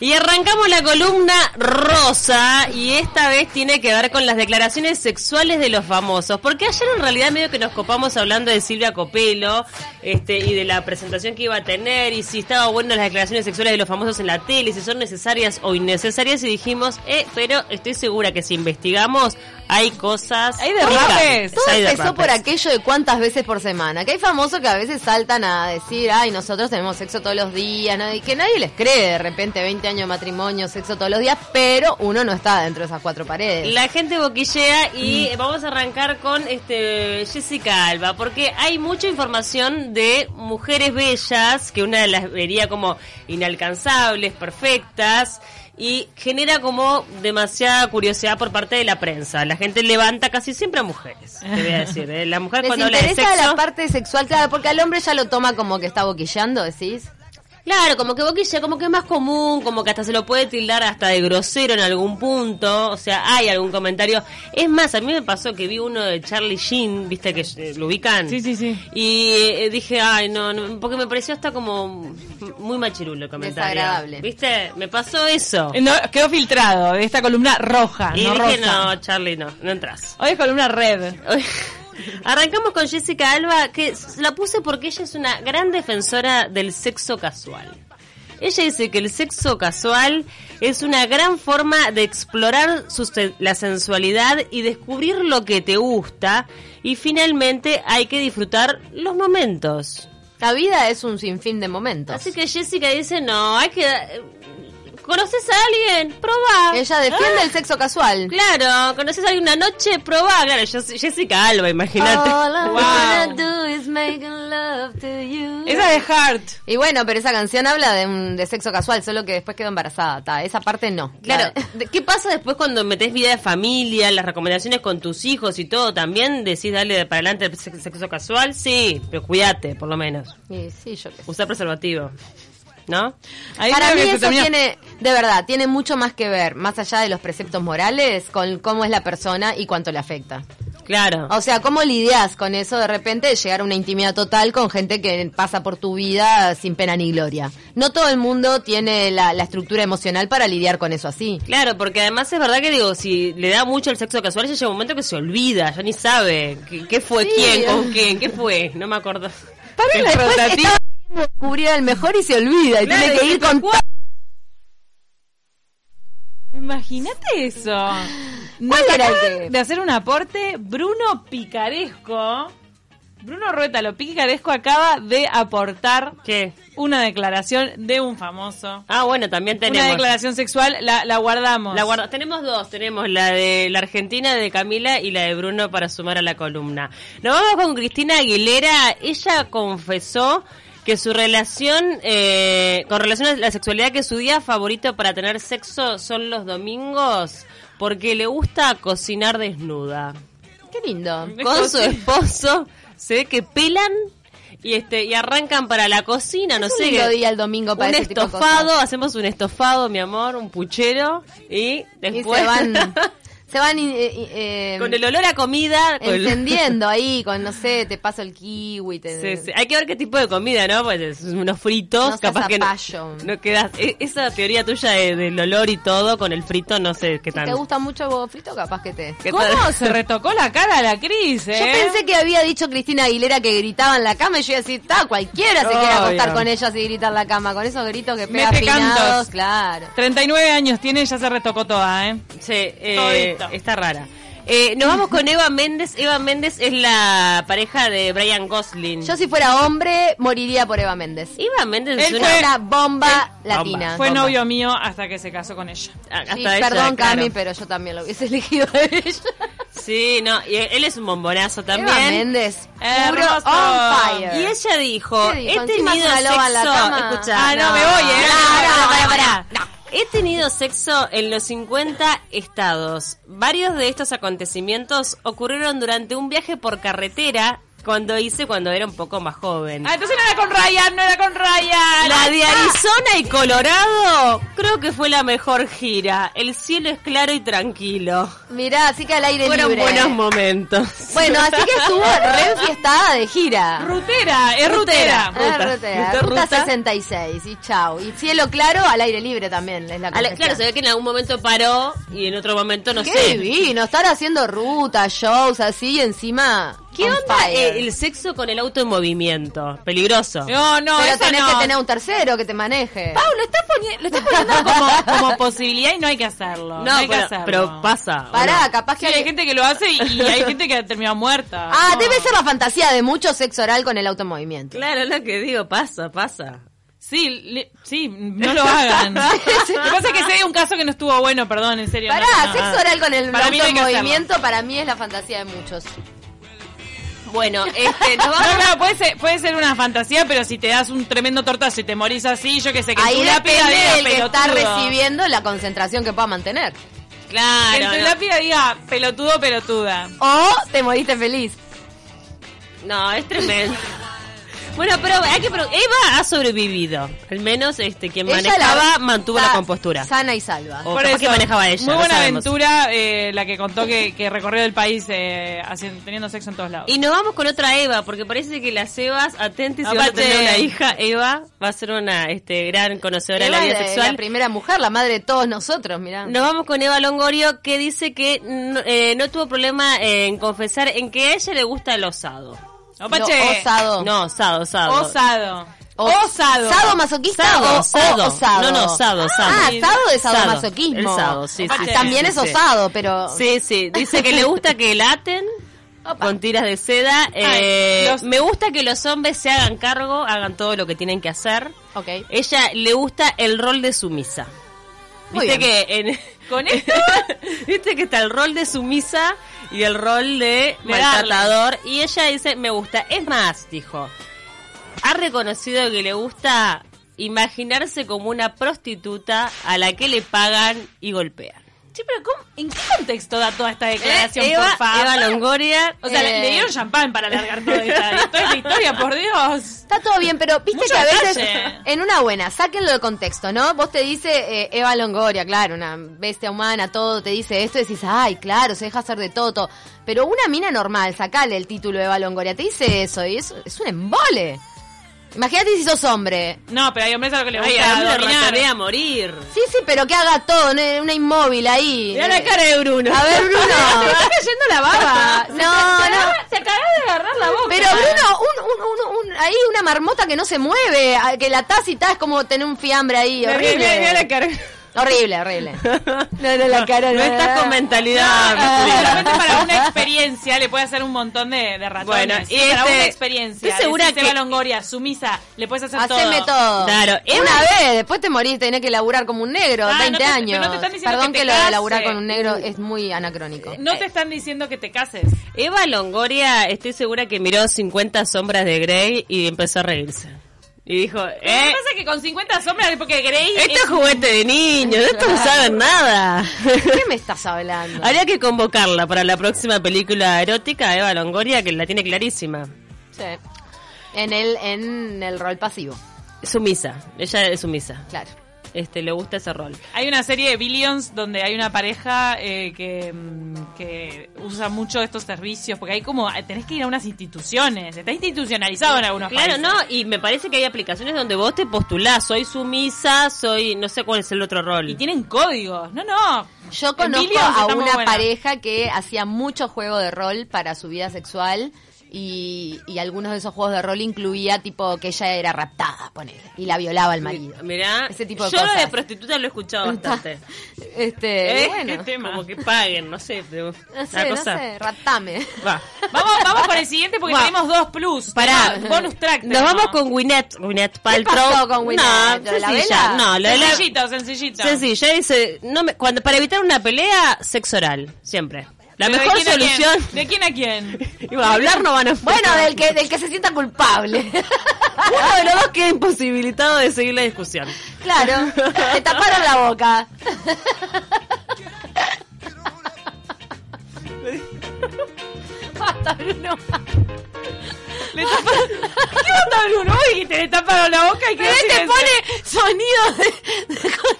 Y arrancamos la columna rosa y esta vez tiene que ver con las declaraciones sexuales de los famosos, porque ayer en realidad medio que nos copamos hablando de Silvia Copelo este, y de la presentación que iba a tener y si estaba bueno las declaraciones sexuales de los famosos en la tele, si son necesarias o innecesarias y dijimos, eh, pero estoy segura que si investigamos hay cosas... Hay derrapes. Todo Hay empezó por derrapes. aquello de cuántas veces por semana. Que hay famosos que a veces saltan a decir, ay, nosotros tenemos sexo todos los días, ¿no? y que nadie les cree de repente 20 años de matrimonio, sexo todos los días, pero uno no está dentro de esas cuatro paredes. La gente boquillea y Mm. vamos a arrancar con este Jessica Alba, porque hay mucha información de mujeres bellas, que una las vería como inalcanzables, perfectas, y genera como demasiada curiosidad por parte de la prensa. La gente levanta casi siempre a mujeres, te voy a decir. ¿eh? La mujer Les cuando habla de interesa sexo... la parte sexual, claro, porque al hombre ya lo toma como que está boquillando, decís. Claro, como que boquilla, como que es más común, como que hasta se lo puede tildar hasta de grosero en algún punto, o sea, hay algún comentario. Es más, a mí me pasó que vi uno de Charlie Sheen, viste que eh, lo ubican. Sí, sí, sí. Y eh, dije, ay, no, no, porque me pareció hasta como muy machirulo el comentario. Desagradable. ¿Viste? Me pasó eso. Eh, No, quedó filtrado de esta columna roja, Oh. y no dije, rosa. no, Charlie, no, no entras. Hoy es columna red. Hoy- Arrancamos con Jessica Alba, que s- la puse porque ella es una gran defensora del sexo casual. Ella dice que el sexo casual es una gran forma de explorar su se- la sensualidad y descubrir lo que te gusta y finalmente hay que disfrutar los momentos. La vida es un sinfín de momentos. Así que Jessica dice, no, hay que... eh, ¿Conoces a alguien? Probá. Ella Ah. defiende el sexo casual. Claro, ¿conoces a alguien una noche? Probá. Claro, yo soy Jessica Alba, imagínate. All I Wow. wanna do is make love to you. Esa de Hart. Y bueno, pero esa canción habla de, un- de sexo casual, solo que después quedó embarazada. ta, esa parte no. Claro, La- ¿de- ¿qué pasa después cuando metes vida de familia, las recomendaciones con tus hijos y todo? ¿También decís darle de para adelante el sex- sexo casual? Sí, pero cuídate, por lo menos. Y sí, yo qué sé. Usa preservativo. ¿No? Ahí Para creo mí que se eso terminó. tiene, de verdad, tiene mucho más que ver, más allá de los preceptos morales, con cómo es la persona y cuánto le afecta. Claro. O sea, cómo lidias con eso de repente de llegar a una intimidad total con gente que pasa por tu vida sin pena ni gloria. No todo el mundo tiene la, la estructura emocional para lidiar con eso así. Claro, porque además es verdad que digo, si le da mucho el sexo casual, ya llega un momento que se olvida, ya ni sabe qué, qué fue, Sí. quién, con quién, qué fue, no me acuerdo. Para El mí después rotativo. estaba descubrir el mejor y se olvida y Claro, tiene que y ir con ¿cuál? Imagínate eso. No ¿Cuál era el que- de hacer un aporte, Bruno Picaresco. Bruno Ruétalo Picaresco acaba de aportar ¿Qué? una declaración de un famoso. Ah, bueno, también Una tenemos. declaración sexual, la, la guardamos. La guarda- tenemos dos, tenemos la de la Argentina de Camila y la de Bruno para sumar a la columna. Nos vamos con Cristina Aguilera, ella confesó que su relación, eh, con relación a la sexualidad, que su día favorito para tener sexo son los domingos, porque le gusta cocinar desnuda. Qué lindo. Me Con su cocina. esposo, se ve que pelan y este y arrancan para la cocina, no Es un sé lindo qué- día el domingo para un ese tipo de estofado, cosas. hacemos un estofado, mi amor, un puchero y Y después se van, se van eh, eh, con el olor a comida, con el- encendiendo ahí con, no sé, te paso el kiwi. Te, Sí, sí. Hay que ver qué tipo de comida, ¿no? Pues es unos fritos, No seas capaz que no, zapallo. no quedas. e- Esa teoría tuya de- del olor y todo con el frito, no sé qué Si tan. te gusta mucho el huevo frito, capaz que te... qué tan- ¿Cómo se retocó la cara a la Cris? Yo eh? pensé que había dicho Cristina Aguilera que gritaba en la cama y yo iba a decir, ta, cualquiera se quiere acostar Obvio. con ellas y gritar en la cama, con esos gritos que pega Mete cantos. afinados, claro. 39 años tiene, ya se retocó toda, ¿eh? Sí, eh, Todito. está rara. Eh, nos vamos con Eva Méndez. Eva Méndez es la pareja de Brian Gosling. Yo si fuera hombre, moriría por Eva Méndez. Eva Méndez es Él una. fue- Una bomba latina. Fue Bomba. novio mío hasta que se casó con ella. Ah, hasta Sí, ella, perdón, claro. Cami, pero yo también lo hubiese elegido a ella. Sí, no, y él es un bombonazo también. Eva Méndez, puro Hermoso. on fire. Y ella dijo, ¿Qué dijo? he Encima tenido es una loba en la sexo, cama. escuchá, Ah, no, me voy, eh. No, no, Pará, pará, pará, pará. He tenido sexo en los 50 estados. Varios de estos acontecimientos ocurrieron durante un viaje por carretera cuando hice cuando era un poco más joven. Ah, entonces no era con Ryan, no era con Ryan. La de Arizona y Colorado creo que fue la mejor gira. El cielo es claro y tranquilo. Mirá, así que al aire Fueron libre. buenos momentos. Bueno, así que estuvo re enfiestada de gira. Rutera, es rutera. Ah, Ruta. rutera. Ruta, Ruta ruta. 66 y chau. Y cielo claro al aire libre también es la Ale- confesión. claro, se ve que en algún momento paró y en otro momento no Qué sé. divino, estar haciendo rutas, shows así y encima ¿Qué on onda fire. eh, el sexo con el auto en movimiento? Peligroso. No, no, Pero eso tenés no. que tener un tercero que te maneje. Pau, lo estás poniendo, lo estás poniendo como, como posibilidad y no hay que hacerlo. No, hay que pero, hacerlo. pero pasa. ¿o Pará, no? capaz Sí, que hay gente que lo hace y, y hay gente que ha terminado muerta. Ah, No. debe ser la fantasía de mucho sexo oral con el automovimiento. Claro, es lo que digo, pasa, pasa. Sí, le- sí, no lo hagan. lo que pasa es que si hay un caso que no estuvo bueno, perdón, en serio. Pará, no, no, no. sexo oral con el Para mí no hay que automovimiento para mí es la fantasía de muchos. Bueno, este, nos vamos No, claro, puede ser, puede ser una fantasía, pero si te das un tremendo tortazo y te morís así, yo que sé, que Ahí tu lápida depende diga del que está pelotudo. recibiendo la concentración que pueda mantener. Que Claro. tu no. lápida diga pelotudo, pelotuda. O te moriste feliz. No, es tremendo. Bueno, pero hay que pro- Eva ha sobrevivido. Al menos este quien Ella manejaba la- mantuvo sa- la compostura. Sana y salva. O capaz que manejaba ella, Muy no buena sabemos. aventura eh, la que contó que, que recorrió el país eh, haciendo- teniendo sexo en todos lados. Y nos vamos con otra Eva, porque parece que las Evas, atentas, si van a Aparte- tener una hija, Eva va a ser una este, gran conocedora de la Eva vida es sexual. la primera mujer, la madre de todos nosotros, mirá. Nos vamos con Eva Longorio, que dice que no, eh, no tuvo problema en confesar en que a ella le gusta el osado. Opa, Lo che. osado. No, osado, osado. Osado. O- Osado. ¿Sado masoquista Sado, o, o sado. osado? No, no, sado, sado. Ah, sado de Sado, sadomasoquismo. el sado, sí, Ah, sí, También sí, es sí. osado, pero... Sí, sí. Dice que le gusta que laten con tiras de seda. Eh, los- Me gusta que los hombres se hagan cargo, hagan todo lo que tienen que hacer. Ok. Ella le gusta el rol de sumisa. Muy Viste bien. que en- Con esto Viste que está el rol de sumisa y el rol de De darle. maltratador. Y ella dice, me gusta. Es más, dijo, ha reconocido que le gusta imaginarse como una prostituta a la que le pagan y golpean. Che, pero ¿cómo- ¿en qué contexto da toda esta declaración, Eh, Eva, por favor? Eva Longoria. O sea, le- Eh. le dieron champán para alargar toda esta, toda esta historia, por Dios. Está todo bien, pero viste Mucho que a veces detalle. en una buena, sáquenlo de contexto, ¿no? Vos te dice eh, Eva Longoria, claro, una bestia humana, todo, te dice esto y decís, ay, claro, se deja hacer de todo, todo. Pero una mina normal, sacale el título Eva Longoria, te dice eso y es, es un embole. Imagínate si sos hombre. No, pero hay hombres a los que les Ay, gusta a mí me dominar. razoné a morir. Sí, sí, pero que haga todo, ¿no? una inmóvil ahí. Mirá la cara de Bruno. A ver, Bruno. está cayendo la baba. No, no. Se acaba de agarrar la boca. Pero Bruno, un, un, un, un- ahí una marmota que no se mueve, a- que la tacita es como tener un fiambre ahí, horrible. Horrible, horrible. No, no, la cara No estás con mentalidad. No, Julia. solamente para una experiencia le puede hacer un montón de, de ratones. Bueno, Sí, y para este- una experiencia. estoy segura Decís, que- Eva Longoria, sumisa, le puedes hacer Haceme todo. Claro, Una Eva- vez, después te morís, tenés que laburar como un negro, Ah, no 20 te- pero años. no te están diciendo Perdón que, que te lo case. de laburar con un negro es muy anacrónico. No te están diciendo que te cases. Eva Longoria, estoy segura que miró 50 sombras de Grey y empezó a reírse. Y dijo, Lo eh, que pasa es que con 50 sombras, porque Grey esto es- es juguete de niños, de esto no saben nada. ¿De qué me estás hablando? Habría que convocarla para la próxima película erótica, Eva Longoria, que la tiene clarísima. Sí. En el, en el rol pasivo, Sumisa, ella es sumisa. claro. Este, le gusta ese rol. Hay una serie de Billions donde hay una pareja eh, que, mm, que usa mucho estos servicios, porque hay como, eh, tenés que ir a unas instituciones, está institucionalizado en algunos Claro, países. no, y me parece que hay aplicaciones donde vos te postulás, soy sumisa, soy, no sé cuál es el otro rol. Y tienen códigos, no, no. Yo En conozco Billions a está muy una buena. pareja que hacía mucho juego de rol para su vida sexual y, y algunos de esos juegos de rol incluía tipo que ella era raptada, ponele, y la violaba el marido. Mirá, Ese tipo de yo lo cosas. Ah. de prostituta lo he escuchado bastante. Este, Eh, y bueno, qué tema. Como que paguen, no sé. pero no sé, la no cosa- sé, raptame. Va. Vamos, vamos con el siguiente porque Va. tenemos dos plus. Pará, Tenemos bonus track. Nos vamos con Winnet, Winnet Paltrow. pasó con Gwyneth? No, ¿Lo de la sencilla, vela? no, lo de la- Sencillito, sencillito. Sencilla, dice, no me- cuando, para evitar una pelea, sexo oral, siempre. La Pero ¿de mejor quién a quién? solución. ¿De quién a quién? Iba a hablar, no van a Bueno, del que, del que se sienta culpable. Uno de los dos queda imposibilitado de seguir la discusión. claro, te taparon la boca. Basta, a Bruno Mars. Le taparon... ¿Qué onda, Bruno? Uy, te le taparon la boca y Pero quedó este él te silencio. pone sonido de,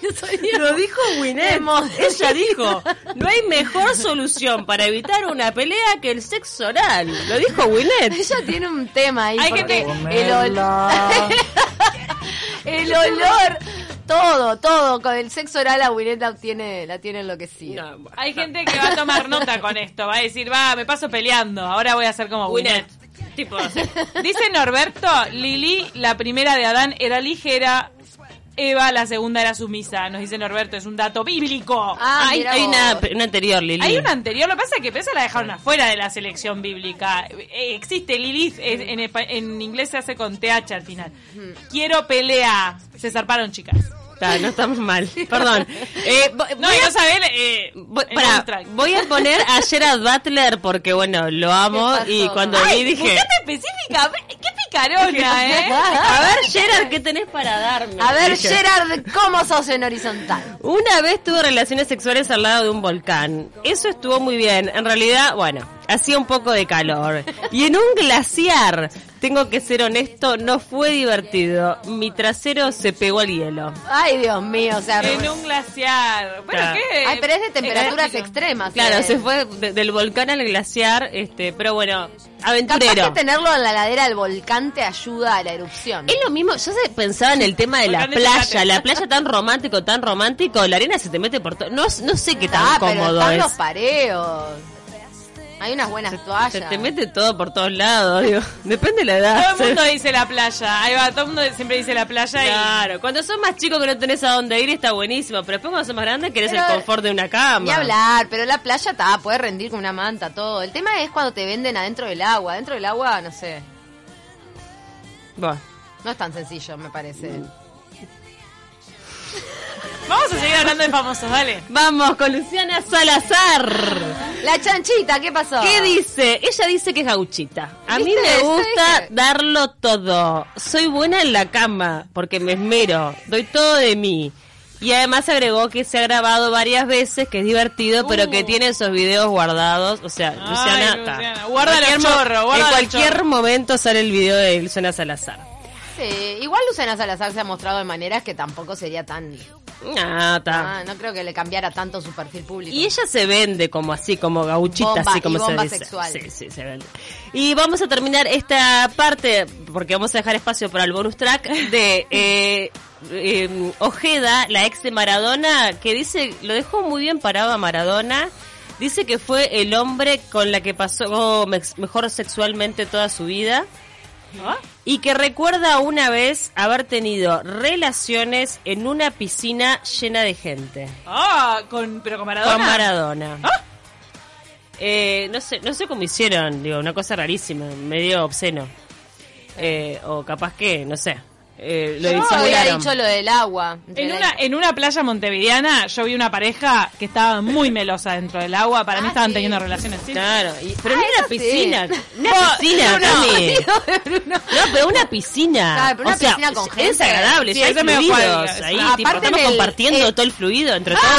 de- con sonido. Lo dijo Winnet. Hemos- Ella dijo, no hay mejor solución para evitar una pelea que el sexo oral. Lo dijo Winnet. Ella tiene un tema ahí. Hay que porque te- el, ol- el olor, todo, todo. Con el sexo oral la Winnet la tiene, la tiene enloquecida. No, bueno. Hay gente que va a tomar nota con esto, va a decir, va, me paso peleando, ahora voy a ser como Winnet. Winnet. Tipo, Dice Norberto, Lili, la primera de Adán, era ligera, Eva, la segunda era sumisa. Nos dice Norberto, es un dato bíblico. Ah, hay, mira hay vos. una, una anterior, Lili. Hay una anterior, lo que pasa es que Pesa la dejaron afuera de la selección bíblica. Eh, Existe Lilith, es- en, espa- en inglés se hace con TH al final. Quiero pelea. Se zarparon, chicas. Está, no estamos mal. Perdón. Eh, vo- No, voy y a- no saben, eh, Voy, en pará, un track. voy a poner a Gerard Butler porque, bueno, lo amo ¿Qué pasó? y cuando Ay, vi dije... buscate específica, qué picarona, ¿eh? A ver, Gerard, ¿qué tenés para darme? A ver, Dije. Gerard, ¿cómo sos en horizontal? Una vez tuve relaciones sexuales al lado de un volcán. Eso estuvo muy bien. En realidad, bueno, hacía un poco de calor. Y en un glaciar, tengo que ser honesto, no fue divertido. Mi trasero se pegó al hielo. Ay, Dios mío, o sea, En un eh, glaciar. Bueno, Claro. ¿qué? ay, pero es de temperaturas Elástico. extremas. Claro, eh. se fue de- del volcán al glaciar, este, pero bueno, Capaz que aventurero. tenerlo en la ladera del volcán te ayuda a la erupción. Es lo mismo, yo se- pensaba en el tema de la Volcán de chocolate. playa, la playa tan romántico, tan romántico, la arena se te mete por todo. No, no sé qué tan Ah, pero cómodo están es. los pareos. Hay unas buenas toallas. Se te mete todo por todos lados, digo. Depende de la edad. Todo el mundo dice la playa. Ahí va, todo el mundo siempre dice la playa y Claro, cuando sos más chico que no tenés a dónde ir está buenísimo, pero después cuando sos más grande querés Pero- el confort de una cama. Ni hablar, pero la playa está, puede rendir con una manta, todo. El tema es cuando te venden adentro del agua. Adentro del agua, no sé. Bueno. No es tan sencillo, me parece. Vamos a seguir hablando de famosos, dale. Vamos con Luciana Salazar. La chanchita, ¿qué pasó? ¿Qué dice? Ella dice que es gauchita. A mí ¿Viste? me Eso gusta dije. darlo todo. Soy buena en la cama porque me esmero. Doy todo de mí. Y además agregó que se ha grabado varias veces, que es divertido, pero que Uh. tiene esos videos guardados. O sea, Ay, Luciana, Luciana, ta. guarda En los cualquier mo- chorros, guarda En los cualquier chorros. momento sale el video de Luciana Salazar. Sí, igual Luciana Salazar se ha mostrado de maneras que tampoco sería tan. Ah, está. Ah, no creo que le cambiara tanto su perfil público. Y ella se vende como así, como gauchita, Bomba, así como y se bomba dice. sexual. Sí, sí, se vende. Y vamos a terminar esta parte, porque vamos a dejar espacio para el bonus track, de eh, eh, Ojeda, la ex de Maradona, que dice, lo dejó muy bien parado a Maradona. Dice que fue el hombre con la que pasó mex- mejor sexualmente toda su vida ¿No? y que recuerda una vez haber tenido relaciones en una piscina llena de gente. Ah, con, pero con Maradona. Con Maradona. Ah. Eh, no sé, no sé cómo hicieron, digo, una cosa rarísima, medio obsceno. Eh, o capaz que, no sé. eh, lo Yo había disimularon. dicho lo del agua. En una, en una playa montevideana yo vi una pareja que estaba muy melosa dentro del agua. Para mí Ah, estaban sí. teniendo relaciones. ¿sí? Claro, y- pero Ah, no eso era sí. piscina. Una No, piscina, no, Cami. No, pero una piscina. Claro, pero una o sea, piscina con gente. Es desagradable, Sí, ya hay eso me fluidos acuerdo. ahí. Aparte tipo, estamos en el- compartiendo eh, todo el fluido entre todos.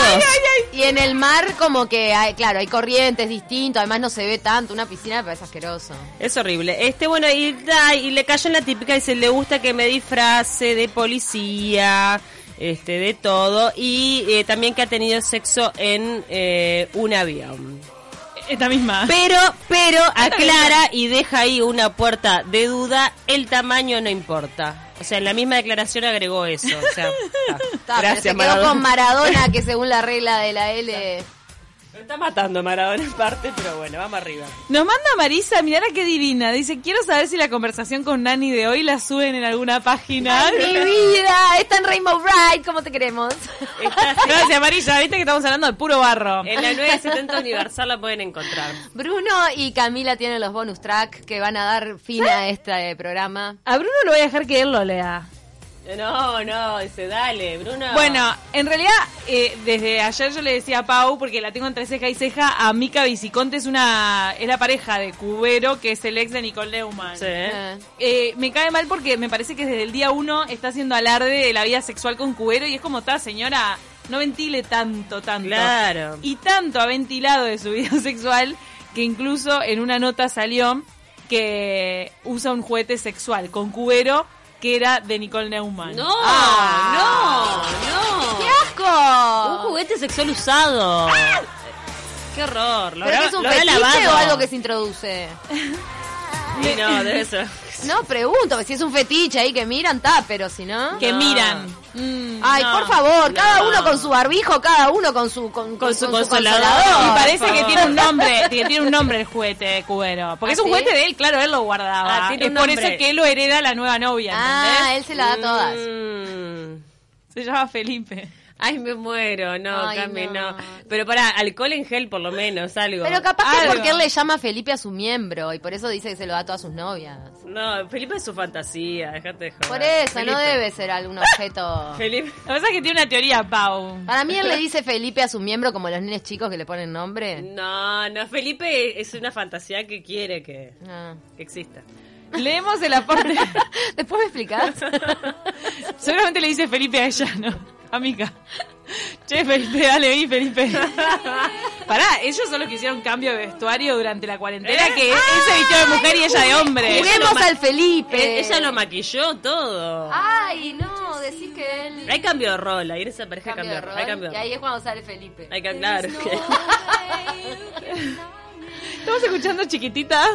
Y en el mar como que hay, claro, hay corrientes distintas, además no se ve tanto, una piscina me parece asqueroso. Es horrible. Este, bueno, y, da- y le cayó en la típica, dice, le gusta que me disfrace de policía, este, de todo, y eh, también que ha tenido sexo en eh, un avión. Esta Ah. misma. Pero, pero, aclara y deja ahí una puerta de duda, el tamaño no importa. O sea, en la misma declaración agregó eso. O sea, está. Ta, pero gracias, se quedó con Maradona. Maradona que según la regla de la L... Lo está matando Maradona en parte, pero bueno, vamos arriba. Nos manda Marisa, mirá qué divina. Dice, quiero saber si la conversación con Nani de hoy la suben en alguna página. ¡Mi vida! Está en Rainbow Ride, ¿cómo te queremos? Está Gracias Marisa, viste que estamos hablando de puro barro. en la 970 Universal la pueden encontrar. Bruno y Camila tienen los bonus track que van a dar fin a este eh, programa. A Bruno lo voy a dejar que él lo lea. No, no, dice, dale, Bruno. Bueno, en realidad, eh, desde ayer yo le decía a Pau, porque la tengo entre ceja y ceja, a Mica Viciconte es una es la pareja de Cubero, que es el ex de Nicole Neumann. Sí. Eh, Eh, me cae mal porque me parece que desde el día uno está haciendo alarde de la vida sexual con Cubero y es como está, señora, no ventile tanto, tanto. Claro. Y tanto ha ventilado de su vida sexual que incluso en una nota salió que usa un juguete sexual con cubero que era de Nicole Neumann. No, Ah. no, no. ¡Qué asco! Un juguete sexual usado. Qué horror. Lo ¿Pero habrá, que es un lo habrá fetiche lavado. o algo que se introduce? Sí, no, debe ser. No, pregunto, porque si es un fetiche ahí que miran, está, pero si no... Que No. miran. Ay, No, por favor, no. cada uno con su barbijo, cada uno con su con, Con su consolador. Y Por parece que favor. tiene un nombre, que tiene un nombre el juguete de cubero. Porque ¿Ah, es un sí? juguete de él, claro, él lo guardaba. Ah, tiene es un por nombre. eso que él lo hereda la nueva novia, ¿entendés? Ah, él se la da a todas. Mm. Se llama Felipe. Ay, me muero. No, Ay, Cami, no. no. Pero para alcohol en gel, por lo menos, algo. Pero capaz que es Algo. porque él le llama Felipe a su miembro y por eso dice que se lo da a todas sus novias. No, Felipe es su fantasía, déjate de joder. Por eso, no Felipe. debe ser algún objeto. Felipe. Lo que pasa es que tiene una teoría, Pau. Para mí él le dice Felipe a su miembro como los nenes chicos que le ponen nombre. No, no, Felipe es una fantasía que quiere que Ah. exista. Leemos el aporte. Después me explicás. Seguramente le dice Felipe a ella, ¿no? Amiga. Che, Felipe, dale, vení, Felipe. Pará, ellos son los que hicieron cambio de vestuario durante la cuarentena, que él se vistió de mujer y ella de hombre. Jugué- Juguemos Eh, ma- al Felipe. Eh, ella lo maquilló todo. Ah. Ay, no, decís que él. Hay cambio de rol, ahí en esa pareja Cambio de cambió, rol, hay cambio y de ahí rol. es cuando sale Felipe. Hay que claro, que- Estamos escuchando chiquitita.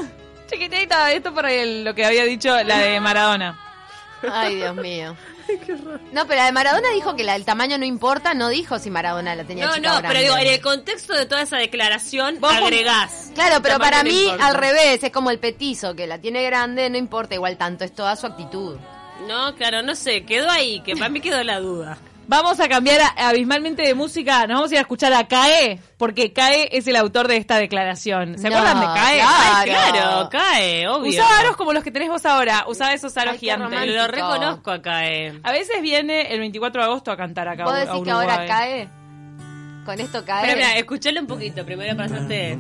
Chiquitita, esto por el- lo que había dicho la de Maradona. Ay, Dios mío. No, pero la de Maradona dijo que la- el tamaño no importa, no dijo si Maradona la tenía No, chica no, o grande. pero digo, en el contexto de toda esa declaración, Vos pon- agregás. Claro, pero Tamaño para no mí importa. al revés, es como el petizo, que la tiene grande, no importa igual tanto, es toda su actitud. No, claro, no sé, quedó ahí, que para mí quedó la duda. Vamos a cambiar a- abismalmente de música. Nos vamos a ir a escuchar a CAE, porque CAE es el autor de esta declaración. ¿Se No, acuerdan de CAE? claro. Ay, claro, cae, obvio. Usaba aros como los que tenés vos ahora. Usaba esos aros Ay, qué gigantes. romántico. Lo reconozco acá, eh. A veces viene el 24 de agosto a cantar acá. ¿Vos a decís que Uruguay. ahora cae? ¿Con esto cae? Pero mira, eh, escuchalo un poquito primero para hacerte.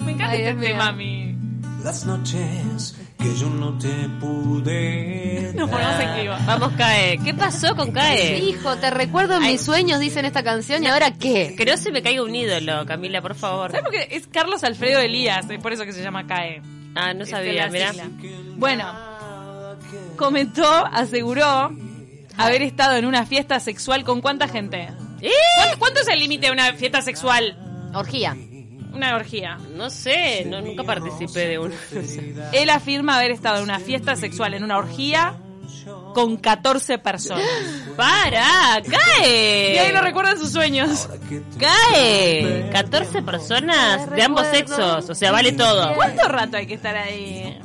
Me encanta Ay, este Dios mío. tema, mami. Las noches que yo no te pude. Nos ponemos en clima. Vamos, Cae. ¿Qué pasó con Cae? Hijo, te recuerdo en mis sueños, dicen esta canción, ¿y ahora qué? Que no se me caiga un ídolo, Camila, por favor. ¿Sabes por qué? Es Carlos Alfredo Elías, es por eso que se llama CAE. Ah, no Esta sabía, es mirá. la sigla. Bueno, comentó, aseguró haber estado en una fiesta sexual con cuánta gente. ¿Eh? ¿Cuánto, cuánto es el límite de una fiesta sexual? Orgía. Una orgía. No sé, no, nunca participé de uno. Él afirma haber estado en una fiesta sexual, en una orgía, con 14 personas. ¡Para! Y ahí lo ¡Cae! recuerdan sus sueños. ¡Cae! 14 personas de ambos sexos, o sea, vale todo. ¿Cuánto rato hay que estar ahí?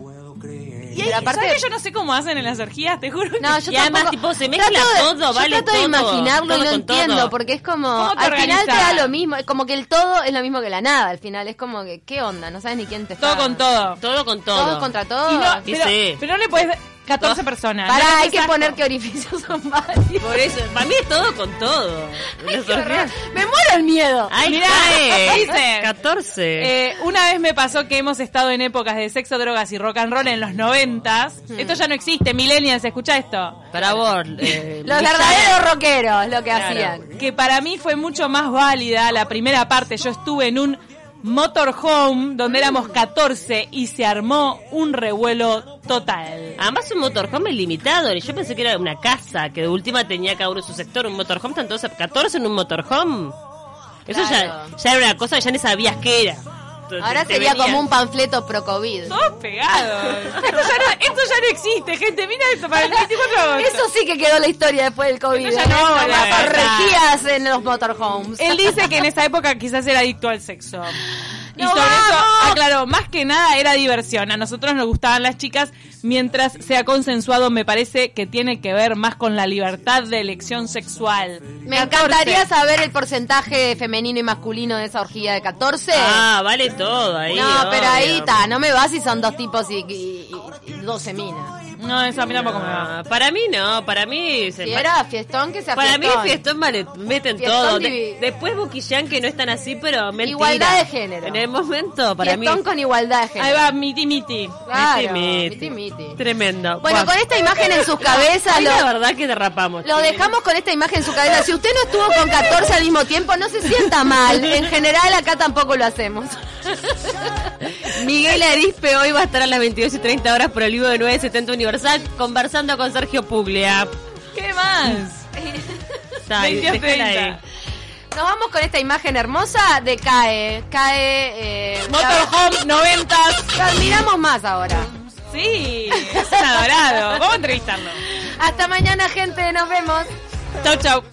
Y ahí, Pero aparte- ¿sabes que yo no sé cómo hacen en las orgías? Te juro que No, yo Y además, tipo, tampoco- se mezcla trato de- todo, yo vale trato de todo, imaginarlo todo y no con todo. entiendo, porque es como, ¿Cómo te al final te da organizás? lo mismo, es como que el todo es lo mismo que la nada, al final es como que, ¿qué onda? No sabes ni quién te todo está- con todo. Todo con todo. Todo, contra todo. Y no, Y pero, sí. pero no le puedes... 14 personas. Pará, no le hay que puedes dar- poner que orificios son varios. Por eso, para mí es todo con todo. Las Qué horror. orgías. Me muero el miedo. ¡Ay, Mirá, Cae! dice. 14. Eh, una vez me pasó que hemos estado en épocas de sexo, drogas y rock and roll en los noventas. Mm. Esto ya no existe, millennials, escucha esto. Para vos. eh, Los verdaderos rockeros, lo que hacían. Que para mí fue mucho más válida la primera parte. Yo estuve en un motorhome donde éramos 14 y se armó un revuelo total. Además un motorhome es limitado, yo pensé que era una casa, que de última tenía cada uno su sector, un motorhome, tanto 14 en un motorhome. Eso Claro. ya, ya era una cosa que ya ni sabías qué era. Te- Ahora te sería venían. como un panfleto pro COVID. Todos pegados. Esto ya no, esto ya no existe, gente. Mira esto para el 24 de agosto. Eso sí que quedó la historia después del COVID. Eso ya no, Como la las verdad. orgías en los motorhomes. Eh, Él dice que en esa época quizás era adicto al sexo. Y ¡No sobre vamos! eso, aclaró, más que nada era diversión. A nosotros nos gustaban las chicas, mientras sea consensuado, me parece que tiene que ver más con la libertad de elección sexual. Me encantaría saber el porcentaje femenino y masculino de esa orgía de 14. Ah, vale todo ahí. no, pero ahí obvio. está, no me vas si son dos tipos y, y- y- y 12 minas. No, esa a mí tampoco me va. Ah, para mí no, para mí... se- Si era fiestón que se Para mí afiestón. fiestón vale, meten Fiestón todo. De- divi- después Boquillán, que no están así, pero mentira. Igualdad de género. En el momento, para Fiestón mí... con igualdad de género. Ahí va, miti miti. Claro, miti, miti, miti. miti. Tremendo. Bueno, Guau. con esta imagen en sus cabezas Ahí la lo, verdad que derrapamos. lo dejamos con esta imagen en su cabeza. Si usted no estuvo con 14 al mismo tiempo, no se sienta mal. En general acá tampoco lo hacemos. Miguel Arispe hoy va a estar a las 22 y 30 horas por el vivo de 970 Universal conversando con Sergio Puglia. ¿Qué más? Está ahí, 22, déjala 30. ahí. Nos vamos con esta imagen hermosa de CAE. CAE... eh, Motorhome 90. la- la admiramos más ahora. Sí, es un adorado. Vamos a entrevistarlo. Hasta mañana, gente. Nos vemos. Chau, chau.